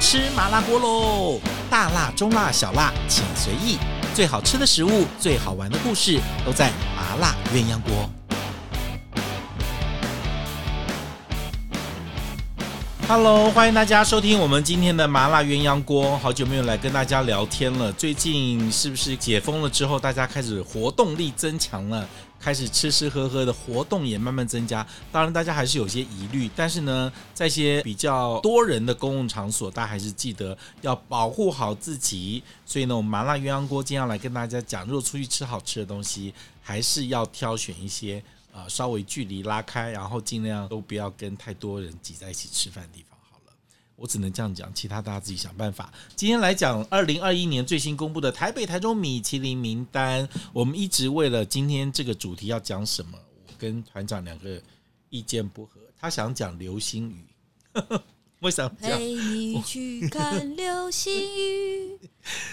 吃麻辣锅喽！大辣、中辣、小辣，请随意。最好吃的食物，最好玩的故事，都在麻辣鸳鸯锅。Hello，欢迎大家收听我们今天的麻辣鸳鸯锅。好久没有来跟大家聊天了，最近是不是解封了之后，大家开始活动力增强了，开始吃吃喝喝的活动也慢慢增加。当然，大家还是有些疑虑，但是呢，在一些比较多人的公共场所，大家还是记得要保护好自己。所以呢，我们麻辣鸳鸯锅今天要来跟大家讲，如果出去吃好吃的东西，还是要挑选一些呃稍微距离拉开，然后尽量都不要跟太多人挤在一起吃饭的地方好了。我只能这样讲，其他大家自己想办法。今天来讲二零二一年最新公布的台北、台中米其林名单，我们一直为了今天这个主题要讲什么，我跟团长两个意见不合，他想讲流星雨， 我想讲陪你去看流 星雨，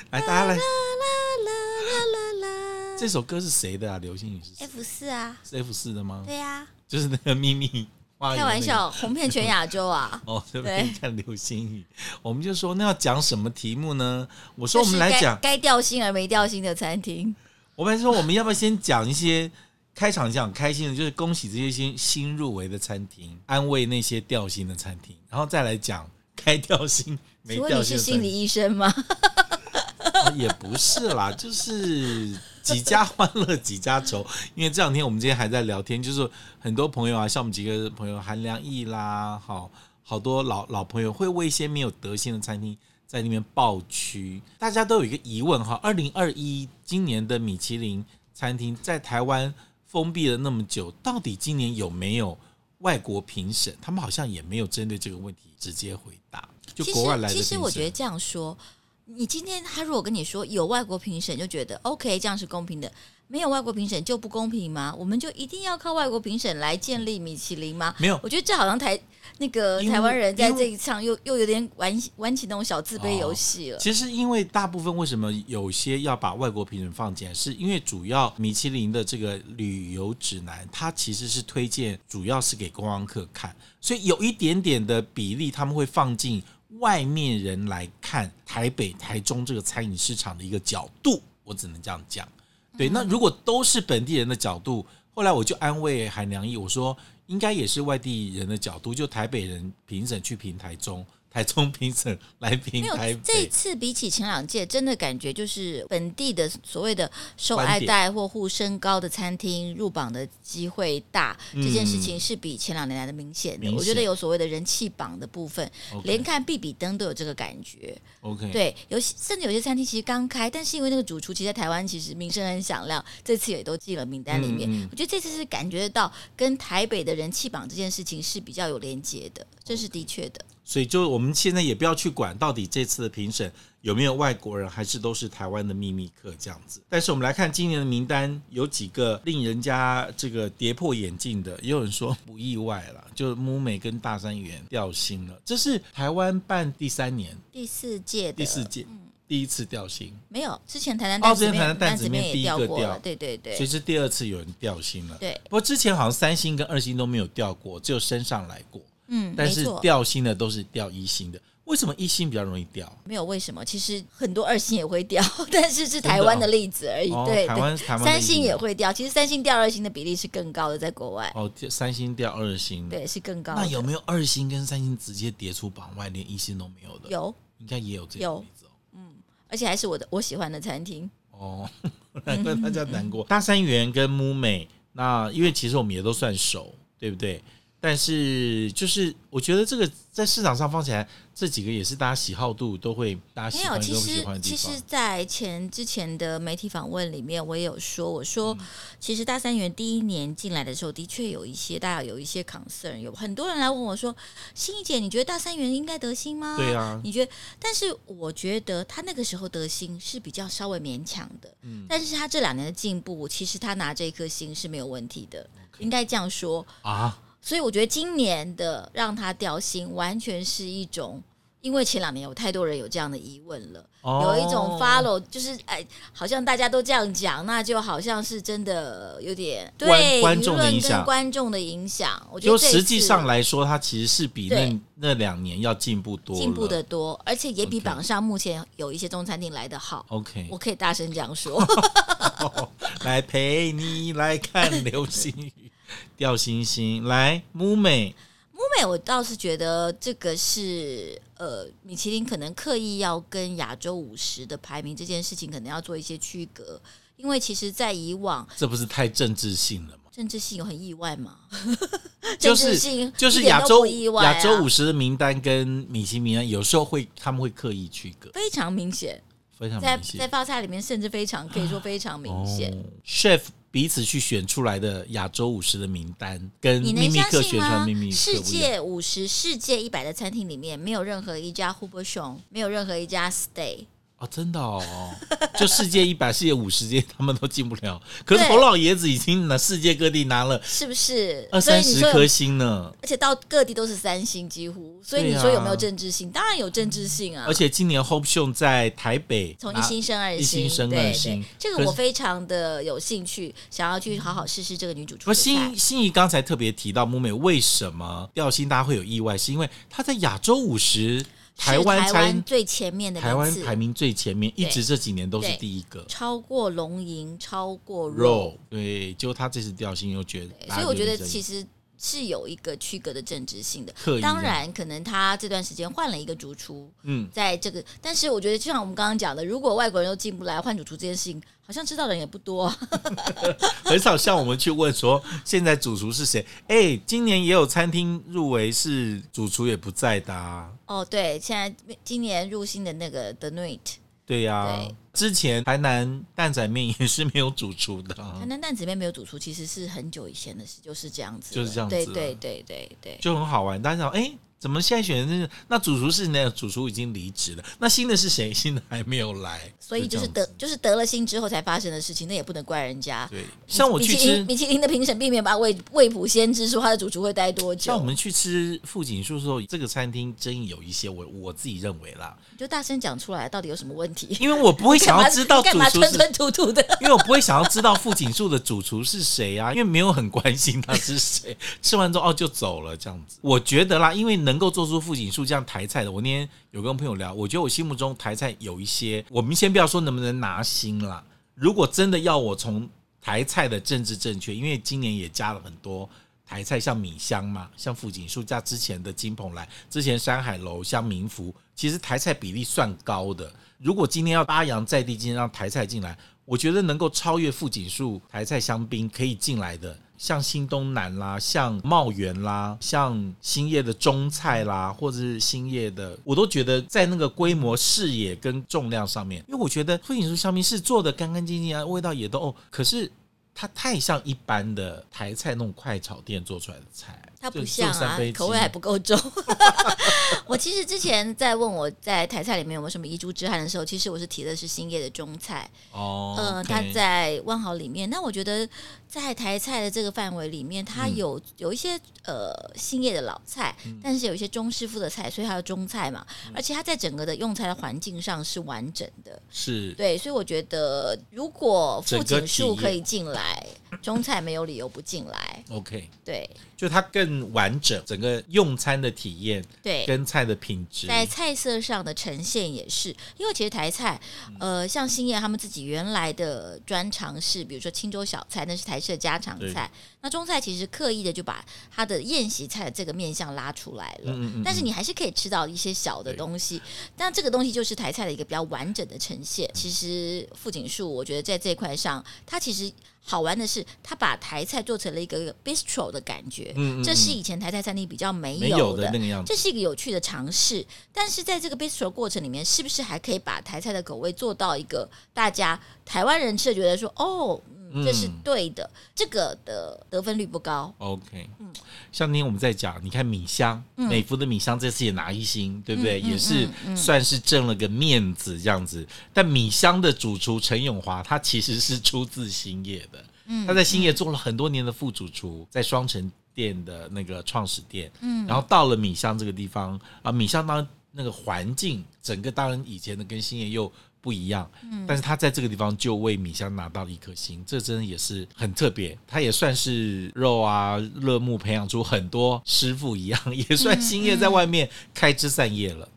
来大家来，啦啦啦啦啦这首歌是谁的啊？流星雨是谁！F 四啊，是 F 四的吗？对呀、就是那个秘密花啊，园那开个！玩笑，红遍全亚洲啊哦，这对边看流星雨，我们就说那要讲什么题目呢？我 说我就们是来该讲，该掉星而没掉星的餐厅，我们说我们要不要先讲一些开场讲开心的，就是恭喜这些新新入围的餐厅，安慰那些掉星的餐厅，然后再来讲该掉星没请问掉你星是的餐心厅，理医生吗？哦 也不是啦，就是几家欢乐几家愁。因为这两天我们今天还在聊天，就是很多朋友啊，像我们几个朋友韩良义啦，好好多老老朋友会为一些没有德性的餐厅在那边爆区。大家都有一个疑问哈，二零二一今年的米其林餐厅在台湾封闭了那么久，到底今年有没有外国评审？他们好像也没有针对这个问题直接回答。就其国外实来的其实评我审觉得这样说，你今天他如果跟你说有外国评审，就觉得 OK，这样是公平的。没有外国评审就不公平吗？我们就一定要靠外国评审来建立米其林吗？没有我觉得这好像台那个因为台湾人在因为这一场又又有点玩玩起那种小自卑游戏了。其实，因为大部分为什么有些要把外国评审放进来，是因为主要米其林的这个旅游指南，它其实是推荐主要是给观光客看，所以有一点点的比例他们会放进外面人来看台北、台中这个餐饮市场的一个角度，我只能这样讲。嗯对，那如果都是本地人的角度，后来我就安慰韩良义，我说应该也是外地人的角度，就台北人评审去评台中，台中评审来评没有台这一北。次比起前两届，真的感觉就是本地的所谓的受观爱点戴或呼声高的餐厅入榜的机会大，这件事情是比前两年来的明显的。嗯明我觉得显有所谓的人气榜的部分，连 OK 嗯看必比登都有这个感觉。 OK，对，有些甚至有些餐厅其实刚开，但是因为那个主厨其实在台湾其实名声很响亮，这次也都进了名单里面。嗯嗯我觉得这次是感觉得到跟台北的人气榜这件事情是比较有连接的，这是的确的。所以就我们现在也不要去管到底这次的评审有没有外国人，还是都是台湾的秘密客这样子。但是我们来看今年的名单，有几个令人家这个跌破眼镜的，也有人说不意外了， 就是木美跟大三元掉星了。这是台湾办第三年，第四届的第四届。第一次掉星，没有，之前台南哦担子之前台南面担担子子面面第也一掉个过掉了，对对对所以是第二次有人掉星了。对，不过之前好像三星跟二星都没有掉过，只有升上来过。嗯，但没是错，掉星的都是掉一星的，为什么一星比较容易掉？没有为什么，其实很多二星也会掉， 但是是台湾的例子而已，哦哎对，台对湾台湾的三一星定也会掉，其实三星掉二星的比例是更高的，在国外，哦，掉三星掉二星，，对，是更高的。那有没有二星跟三星直接跌出榜外，连一星都没有的？，有，应该也有这有种例子哦。而且还是我的我喜欢的餐厅。哦， 难怪大家难 过。大三元跟木美，那因为其实我们也都算熟，对不对？但是就是我觉得这个在市场上放起来，这几个也是大家喜好度都会大家没呃喜欢有，其跟不喜实欢的地其实方，。在前之前的媒体访问里面，我也有说，我说、嗯其实大三元第一年进来的时候，的确有一些大家有一些 concern，有很多人来问我说，心怡姐，你觉得大三元应该得星吗？对啊，你觉得？但是我觉得他那个时候得星是比较稍微勉强的，嗯但是他这两年的进步，其实他拿这一颗星是没有问题的 OK 应该这样说。啊，所以我觉得今年的让他掉星，完全是一种因为前两年有太多人有这样的疑问了，哦有一种 follow 就是哎，好像大家都这样讲，那就好像是真的有点观对观舆众的论影跟响观众的影响，我觉就得这一实际次上来说，它其实是比那对那两年要进步多了。进步的多，而且也比 OK 榜上目前有一些中餐厅来的好。 OK，我可以大声这样 说，来陪你来看流星雨掉星星，来木美木美，我倒是觉得这个是呃，米其林可能刻意要跟亚洲五十的排名这件事情，可能要做一些区隔，因为其实，在以往这不是太政治性 了吗？政治性有很意外嘛， 就政治是性就是一点亚都洲不意外啊亚洲五十的名单跟米其名单有时候会他们会刻意区隔，非常明显，非常在明在显。啊泡菜里面甚至非常可以说非常明显。哦、，chef 彼此去选出来的亚洲五十的名单跟你秘能密相课选信出来吗的秘密？世课不一样。界五十、世界一百的餐厅里面，没有任何一家 h u b e r s h o n 没有任何一家 Stay。哦，真的哦，就世界一百、世界五十届他们都进不了，可是对侯老爷子已经拿世界各地拿了是不是？二所以三你十说有颗星呢。而且到各地都是三星，几乎。所以对啊你说有没有政治性？当然有政治性啊！而且今年 Hope Show 在台北从一拿星升二一星升对二对星这可个是我非常的有兴趣，想要去好好试试这个女主厨不，的菜心。心仪刚才特别提到木美，为什么掉星大家会有意外？是因为她在亚洲五十是台湾台餐湾最前面的台名湾次，排名最前面，一对直这几年都是对第一个。超过龙吟，超过肉。肉对，就她这次掉星又觉得，对所以我觉得其实实是有一个区隔的政治性的。刻意当这样，然，可能他这段时间换了一个主厨，嗯，在这个，但是我觉得就像我们刚刚讲的，如果外国人都进不来换主厨这件事情，好像知道的人也不多啊、 很少像我们去问说现在主厨是谁。哎、今年也有餐厅入围是主厨也不在的、啊，哦，对，现在今年入新的那个 The Night，对呀、对之前台南蛋仔面也是没有主厨的、啊台，南蛋子面没有主厨，其实是很久以前的事，就是这样子了，就是这样子对了对对对对，就很好玩。大家想，哎、怎么现在选的是那主厨是那主厨已经离职了，那新的是谁？新的还没有来，所以就是这得样子就是得了心之后才发生的事情，那也不能怪人家。对。像我米去其林吃，米其林的评审避免把魏魏普先知说他的主厨会待多久，像我们去吃富锦树的时候，这个餐厅争议有一些，我我自己认为啦，你就大声讲出来，到底有什么问题？因为我不会 想要知道你主干嘛厨吞是吞吐吐 的？因为我不会想要知道富锦树的主厨是谁啊，因为没有很关心他是谁。吃完之后哦就走了这样子。我觉得啦，因为能够做出富锦树这样台菜的，我那天有跟朋友聊，我觉得我心目中台菜有一些，我们先不要说能不能拿星啦，如果真的要我从台菜的政治正确，因为今年也加了很多。台菜像米香嘛，像富锦树加之前的金鹏兰，之前山海楼像民福，其实台菜比例算高的。如果今天要发扬在地精神，让台菜进来，我觉得能够超越富锦树、台菜香槟可以进来的，像新东南啦，像茂源啦，像兴业的中菜啦，或者是兴业的，我都觉得在那个规模、视野跟重量上面，因为我觉得富锦树香槟是做的干干净净啊，味道也都哦，可是。它太像一般的台菜那种快炒店做出来的菜，它不就像就三啊杯，鸡口味还不够重。 我其实之前在问我在台菜里面有没有什么遗珠之憾的时候，其实我是提的是兴业的中菜，哦，呃， OK 它在万豪里面。那我觉得在台菜的这个范围里面，它嗯有、有一些呃兴业的老菜，但是有一些中师傅的菜，所以它的中菜嘛，嗯而且它在整个的用菜的环境上是完整的。是对，所以我觉得如果整富个锦树体可验以进来，中菜没有理由不进来。 OK，对就它更完整，整个用餐的体验对，跟菜的品质，在菜色上的呈现也是，因为其实台菜，嗯呃，像兴业他们自己原来的专长是，比如说青州小菜，那是台式的家常菜。那中菜其实刻意的就把它的宴席菜的这个面向拉出来了，嗯嗯嗯但是你还是可以吃到一些小的对东西。但这个东西就是台菜的一个比较完整的呈现。其实富锦树，我觉得在这一块上，它其实好玩的是，它把台菜做成了一个 bistro 的感觉，嗯嗯这是以前台菜餐厅比较没没有的那个样子。这是一个有趣的尝试，但是在这个 bistro 过程里面，是不是还可以把台菜的口味做到一个大家台湾人吃的觉得说哦，嗯这是嗯对的，这个的得分率不高。 OK，像嗯那天我们在讲，你看米香，美孚的米香这次也拿一星，对不对？嗯嗯也是算是挣了个面子这样子。但米香的主厨陈永华，他其实是出自兴业的，嗯他在兴业做了很多年的副主厨，在双城店的那个创始店，然后到了米香这个地方啊，米香当然那个环境，整个当然以前的跟星爷又不一样，但是他在这个地方就为米香拿到一颗星，这真的也是很特别。他也算是肉啊乐木培养出很多师傅一样，也算星爷在外面开枝散叶了。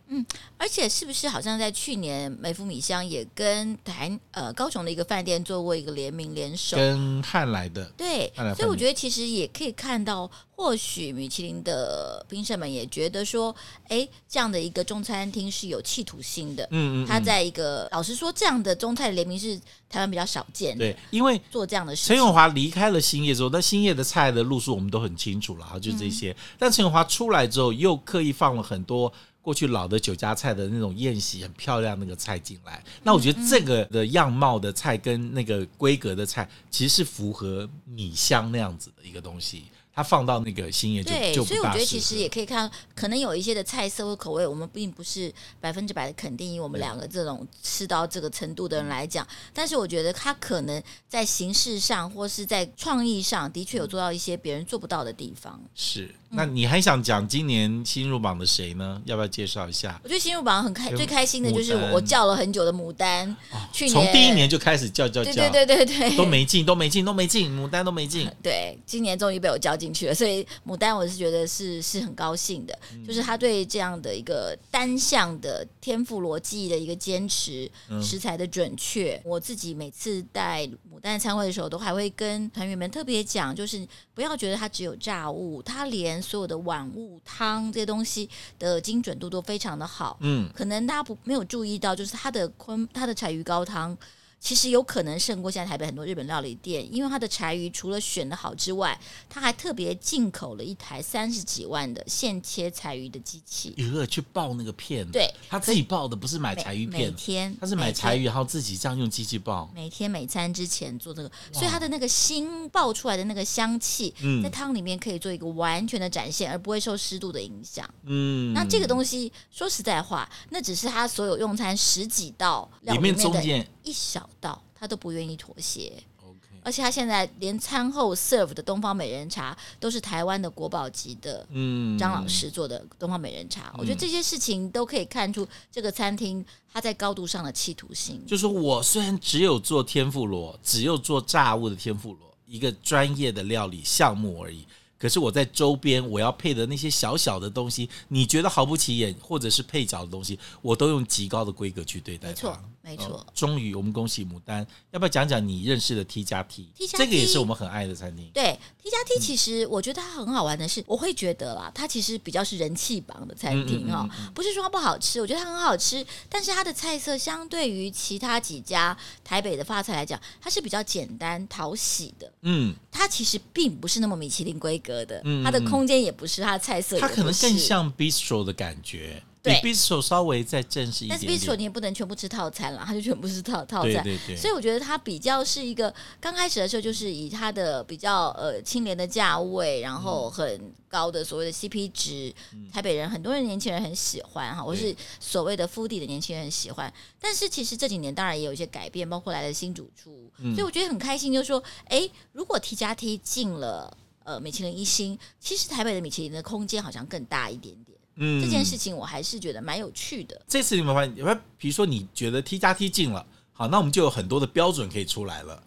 而且是不是好像在去年美孚米香也跟台呃高雄的一个饭店做过一个联名联手？跟汉来的对看来，所以我分觉得其实也可以看到，或许米其林的评审们也觉得说，哎，这样的一个中餐厅是有企图心的。嗯嗯嗯他在一个老实说，这样的中菜联名是台湾比较少见的，对，因为做这样的事陈情。永华离开了兴业之后，那兴业的菜的路数我们都很清楚了，啊哈，就嗯这些。但陈永华出来之后，又刻意放了很多过去老的酒家菜的那种宴席，很漂亮那个菜进来。那我觉嗯得这个的样貌的菜跟那个规格的菜，其实是符合米香那样子的一个东西。它放到那个兴业就对，就所以不我大觉得适其实合也可以看，可能有一些的菜色或口味，我们并不是百分之百的肯定，以我们两个这种吃到这个程度的嗯人来讲。但是我觉得他可能在形式上或是在创意上，的嗯确有做到一些别人做不到的地方。是。嗯那你还想讲今年新入榜的谁呢？要不要介绍一下？我觉得新入榜很开，跟最开心的就是牡丹啊我我叫了很久的牡丹，去年从第一年就开始叫叫对叫，对对对对，都没进，都没进，都没进，牡丹都没 进。对，今年终于被我叫进去了，所以牡丹我是觉得是是很高兴的，就是他对这样的一个单项的天赋逻辑的一个坚持，食材的准确。我自己每次带牡丹参会的时候，都还会跟团员们特别讲，就是不要觉得它只有炸物，它连所有的碗物、汤这些东西的精准度都非常的好。嗯，可能大家不没有注意到，就是它的昆它的柴鱼高汤，其实有可能胜过现在台北很多日本料理店，因为它的柴鱼除了选的好之外，它还特别进口了一台三十几万的现切柴鱼的机器，余额去爆那个片，对，他自己爆的，不是买每柴鱼每片，天他是买柴。鱼，然后自己这样用机器爆。每天每天每餐之前做这个，所以它的那个新爆出来的那个香气，嗯在汤里面可以做一个完全的展现，而不会受湿度的影响。嗯，那这个东西说实在话，那只是他所有用餐十几道料里面面中的间一小道，他都不愿意妥协。 OK，而且他现在连餐后 serve 的东方美人茶都是台湾的国宝级的嗯，张老师做的东方美人茶，我觉得这些事情都可以看出这个餐厅它在高度上的企图心。就说我虽然只有做天妇罗，只有做炸物的天妇罗，一个专业的料理项目而已。可是我在周边我要配的那些小小的东西，你觉得毫不起眼或者是配角的东西，我都用极高的规格去对待它。没错，没错哦。终于，我们恭喜牡丹。要不要讲讲你认识的 T 加 T+T 这个也是我们很爱的餐厅。对 T 加 T，其实我觉得它很好玩的是，我会觉得啦，它其实比较是人气榜的餐厅哦，不是说它不好吃，我觉得它很好吃，但是它的菜色相对于其他几家台北的发菜来讲，它是比较简单讨喜的。嗯，它其实并不是那么米其林规格的，嗯它的空间也不是，它的菜色也它可能不是更。像 bistro 的感觉，比对 bistro 稍微再正式一但点是点。 bistro 你也不能全部吃套餐了，它就全部是套套对餐。对对，所以我觉得它比较是一个刚开始的时候，就是以它的比较呃清廉的价位，然后很高的所谓的 CP 值，嗯台北人很多人年轻人很喜欢哈，我是所谓的腹地的年轻人很喜欢。但是其实这几年当然也有一些改变，包括来了新主厨，嗯所以我觉得很开心，就是说，哎，如果 T 加 T 进了呃米其林一星，其实台北的米其林的空间好像更大一点点。嗯这件事情我还是觉得蛮有趣的。这次你们发现，比如说你觉得 T 加 T 进了，好，那我们就有很多的标准可以出来了。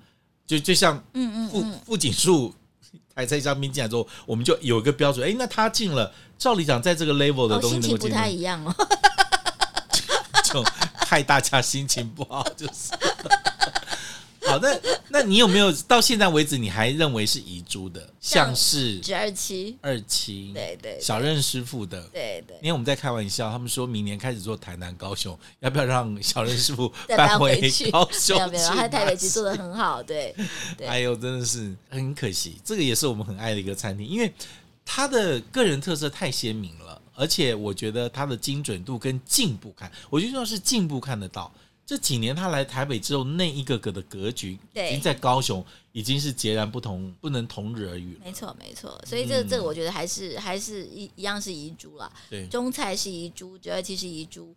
就就像嗯嗯富嗯，富锦树台菜香槟进来之后，我们就有一个标准。哎，那他进了，照理讲，在这个 level 的哦，东西能心情够不进太来，一样哦。就害大家心情不好，就是。 好，那那你有没有到现在为止，你还认为是遗珠的，像像是指二期，二期，对对小任师傅的。对对因，为我们在开玩笑，他们说明年开始做台南、高雄，要不要让小任师傅再搬回去，高雄没有没有，他台北去其实做的很好，对对哎呦，真的是很可惜，这个也是我们很爱的一个餐厅，因为它的个人特色太鲜明了，而且我觉得它的精准度跟进步看，我就说是进步看得到。这几年他来台北之后，那一个个的格局，对已经在高雄已经是截然不同，不能同日而语了。没错没错，所以这嗯这个我觉得还是还是一一样是遗珠啦，对，嗯中菜是遗珠，折耳其是遗珠，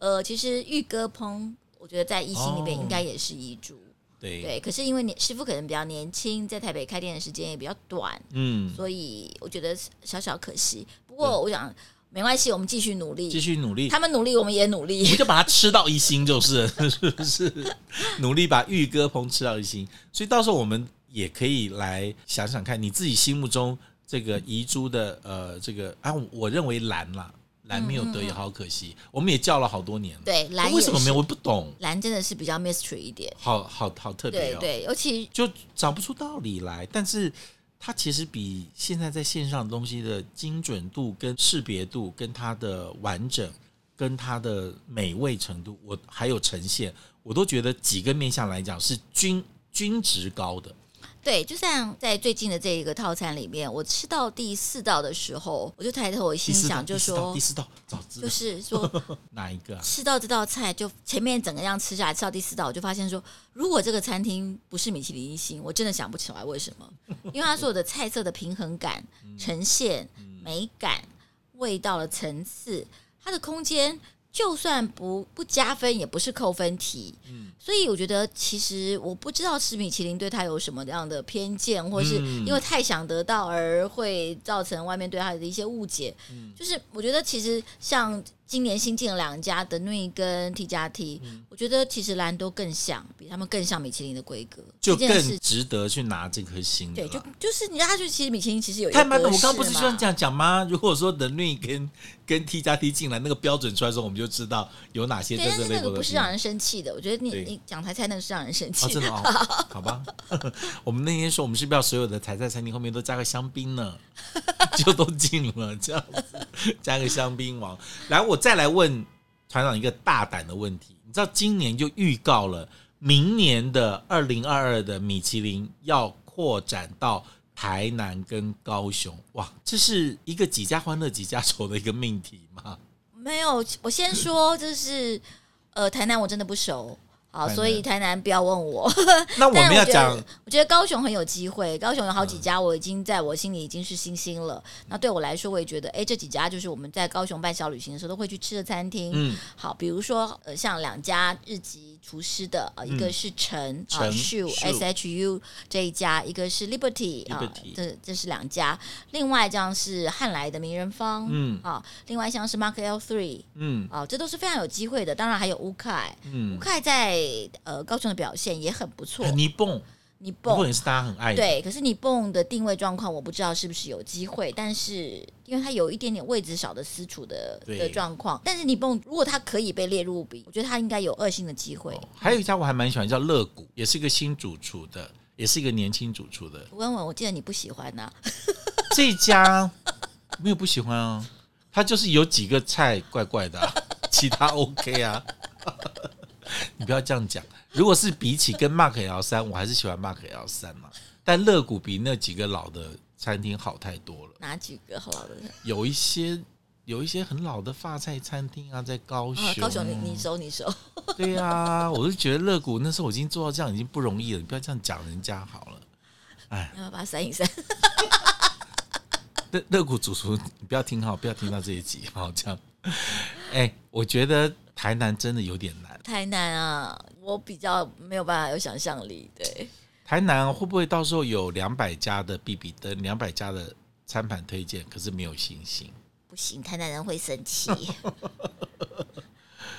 呃，其实玉哥烹，我觉得在一星里面哦应该也是遗珠，对，对，可是因为年师傅可能比较年轻，在台北开店的时间也比较短，嗯，所以我觉得小小可惜。不过我想。没关系，我们继续努继力。续努力，他们努力，我们也努我力。就把它吃到一星就是 了，是不是？努力把玉哥鹏吃到一星，所以到时候我们也可以来想想看，你自己心目中这个遗珠的呃这个啊，我我认为蓝啦，蓝没有得也好可惜，我们也叫了好多年了，对，嗯蓝为什么没有？有？我不懂，蓝真的是比较 mystery 一点。好好好特别对哦，对，尤其就找不出道理来，但是。它其实比现在在线上的东西的精准度、跟识别度、跟它的完整、跟它的美味程度，我还有呈现，我都觉得几个面向来讲是均均值高的。对，就像在最近的这一个套餐里面，我吃到第四道的时候，我就抬头，我第心四道，想就第四道说第，四道，早知道就是说哪一个啊？吃到这道菜，就前面整个样吃下来，吃到第四道，我就发现说，如果这个餐厅不是米其林一星，我真的想不起来为什 么，因为它所有的菜色的平衡感、呈现、美感、味道的层次，它的空间。就算不不加分，也不是扣分题，嗯所以我觉得其实我不知道吃米其林对他有什么样的偏见，或是嗯因为太想得到而会造成外面对他的一些误解。嗯就是我觉得其实像今年新进了两家的瑞跟 T 加 T，、嗯我觉得其实兰都更像，比他们更像米其林的规格，就这件事更值得去拿这颗星的对，了。就就是你让他去，其实米其林其实有一个太慢了！格我式刚不是嘛说这样讲吗？如果说能力跟跟 T 加 T 进来那个标准出来的时候，我们就知道有哪些对，在但这是类那个的不是地方让人生气的，我觉得你对你讲台菜那个是让人生哦，气真的 哦，好吧。 我们那天说，我们是不是要所有的台菜餐厅后面都加个香槟 呢？就都进了这样子，加个香槟王。来，我再来问团长一个大胆的问题，你知道今年就预告了明年的二零二二的米其林要扩展到。台南跟高雄，哇，这是一个几家欢乐几家愁的一个命题 吗？没有，我先说，就是呃，台南我真的不熟，台好，南所以台南不要问我。那我但们要觉得讲，嗯我觉得高雄很有机会，高雄有好几家，我已经在我心里已经是星星了。那对我来说，我也觉得，哎，这几家就是我们在高雄办小旅行的时候都会去吃的餐厅。嗯，好，比如说呃，像两家日籍厨师的，呃，一个是陈啊嗯陈 Shu Shu S H U 这一家，一个是 Liberty 啊 Liberty，这这是两家。另外一家是汉来的名人坊，嗯啊，另外一项是 Mark L Three，嗯啊，这都是非常有机会的。当然还有乌凯，乌嗯，凯在呃高雄的表现也很不错，泥蹦，你泥蹦蹦也是大家很爱的，对，可是你蹦的定位状况，我不知道是不是有机会，但是因为它有一点点位置少的私处的对的状况，但是你蹦如果它可以被列入比，我觉得它应该有恶性的机会。哦还有一家我还蛮喜欢，叫乐谷，也是一个新主厨的，也是一个年轻主厨的。 吴文文，我记得你不喜欢啊呐、这家没有不喜欢啊，他就是有几个菜怪怪的啊、 其他 OK 啊。 你不要这样讲，如果是比起跟 Mark L 三，我还是喜欢 Mark L 三嘛。但乐谷比那几个老的餐厅好太多了，哪几个好老的？有一些有一些很老的法菜餐厅啊，在高雄、啊，高雄你你熟你熟，对呀、我就觉得乐谷那时候我已经做到这样已经不容易了，你不要这样讲人家好了。然后把它删一删。乐乐谷主厨，你不要听好，不要听到这一集， 好这样。哎、我觉得台南真的有点难。台南啊，我比较没有办法有想象力，对，台南会不会到时候有两百家的必比登，两百家的餐盘推荐，可是没有星星？不行，台南人会生气。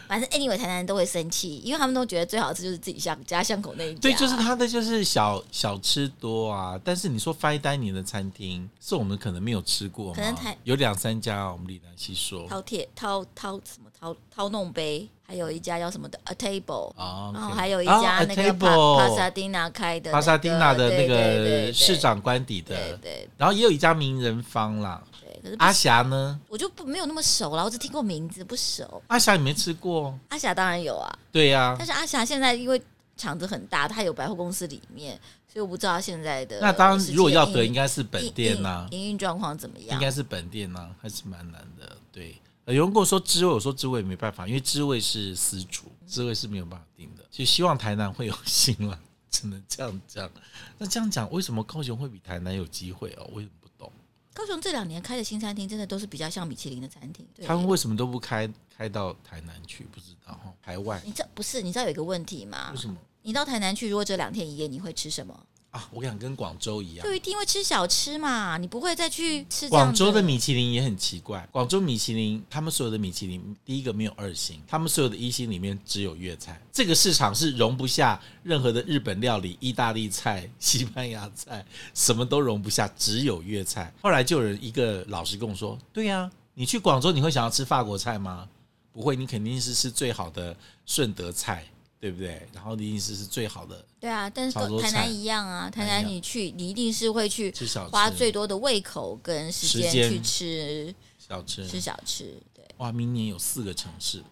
反正 anyway，台南人都会生气，因为他们都觉得最好吃就是自己巷家巷口那一家。对，就是它的就是小小吃多啊。但是你说 fine dining 的餐厅，是我们可能没有吃过吗，可能台有两三家啊，我们李南希说饕餮饕饕什么饕饕弄杯，还有一家叫什么的 A Table，、啊，然 OK 后哦还有一啊家，A 那个帕 table 帕萨丁娜开的那个巴萨丁娜的那对对对个对市长官邸对的，对然后也有一家名人坊啦。对，可是阿阿霞呢？我就不没有那么熟了，我只听过名字不熟。阿霞你没吃过？阿霞当然有啊，对呀、但是阿霞现在因为厂子很大，她有百货公司里面，所以我不知道她现在的那当然实际如果要营得，应该是本店呐、营营运状况怎么应样？该是本店呐、还是蛮难的。对，呃有人跟我说知味，我说知味没办法，因为知味是私厨，知味是没有办法定的。就希望台南会有新了， 只能这样讲。那这样讲，为什么高雄会比台南有机会哦？我也不懂，高雄这两年开的新餐厅，真的都是比较像米其林的餐厅。对他们为什么都不开开到台南去？不知道哈，海外你知道不是？你知道有一个问题吗为？什么？你到台南去，如果这两天一夜，你会吃什么？啊、啊，我想跟广州一样。就一定会吃小吃嘛，你不会再去吃这样嗯广州的米其林也很奇怪，广州米其林，他们所有的米其林，第一个没有二星，他们所有的一星里面只有粤菜，这个市场是容不下任何的日本料理、意大利菜、西班牙菜，什么都容不下，只有粤菜。后来就有人一个老师跟我说：“对呀、你去广州你会想要吃法国菜吗？不会，你肯定是吃最好的顺德菜，对不对？然后你一定是是最好的对啊，但是炒都作台南菜一样啊，台一南样你去，你一定是会去吃小吃花最多的胃口跟时时间间去吃小吃。吃小吃，对，哇，明年有四个城市，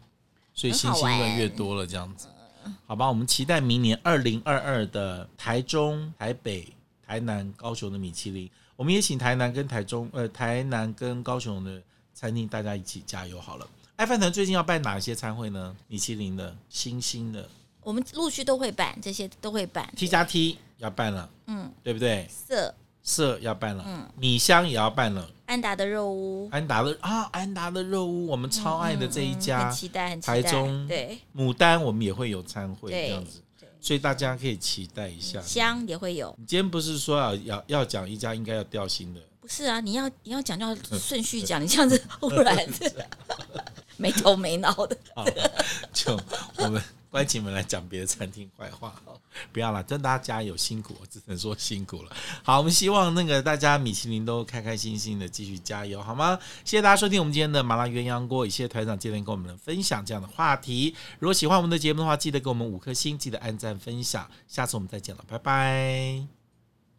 所以很星好星越来玩欸越多了，这样子。好吧，我们期待明年二零二二的台中、台北、台南、高雄的米其林。我们也请台南跟台中，呃，台南跟高雄的餐厅大家一起加油好了。爱饭团最近要办哪些餐会呢？米其林的、星星的、我们陆续都会办，这些都会办。 T 加 T 要办了，嗯，对不对？色社要办了，嗯米香也要办了，安达的肉屋，安达的啊，安达的肉屋我们超爱的这一嗯家，很期待，很期台待。中对牡丹我们也会有参会这对嗯样子，所以大家可以期待一下。香也会有，你今天不是说要要要讲一家应该要掉星的， 不是啊？你要你要讲，就要顺序讲，你这样子 忽然没头没脑的。就我们关起门来讲别的餐厅坏话 好了，不要啦，真大家加油辛苦，我只能说辛苦了。好，我们希望那个大家米其林都开开心心的继续加油，好吗？谢谢大家收听我们今天的麻辣鸳鸯锅，也谢谢团长今天跟我们分享这样的话题。如果喜欢我们的节目的话，记得给我们五颗星，记得按赞分享，下次我们再见了，拜拜。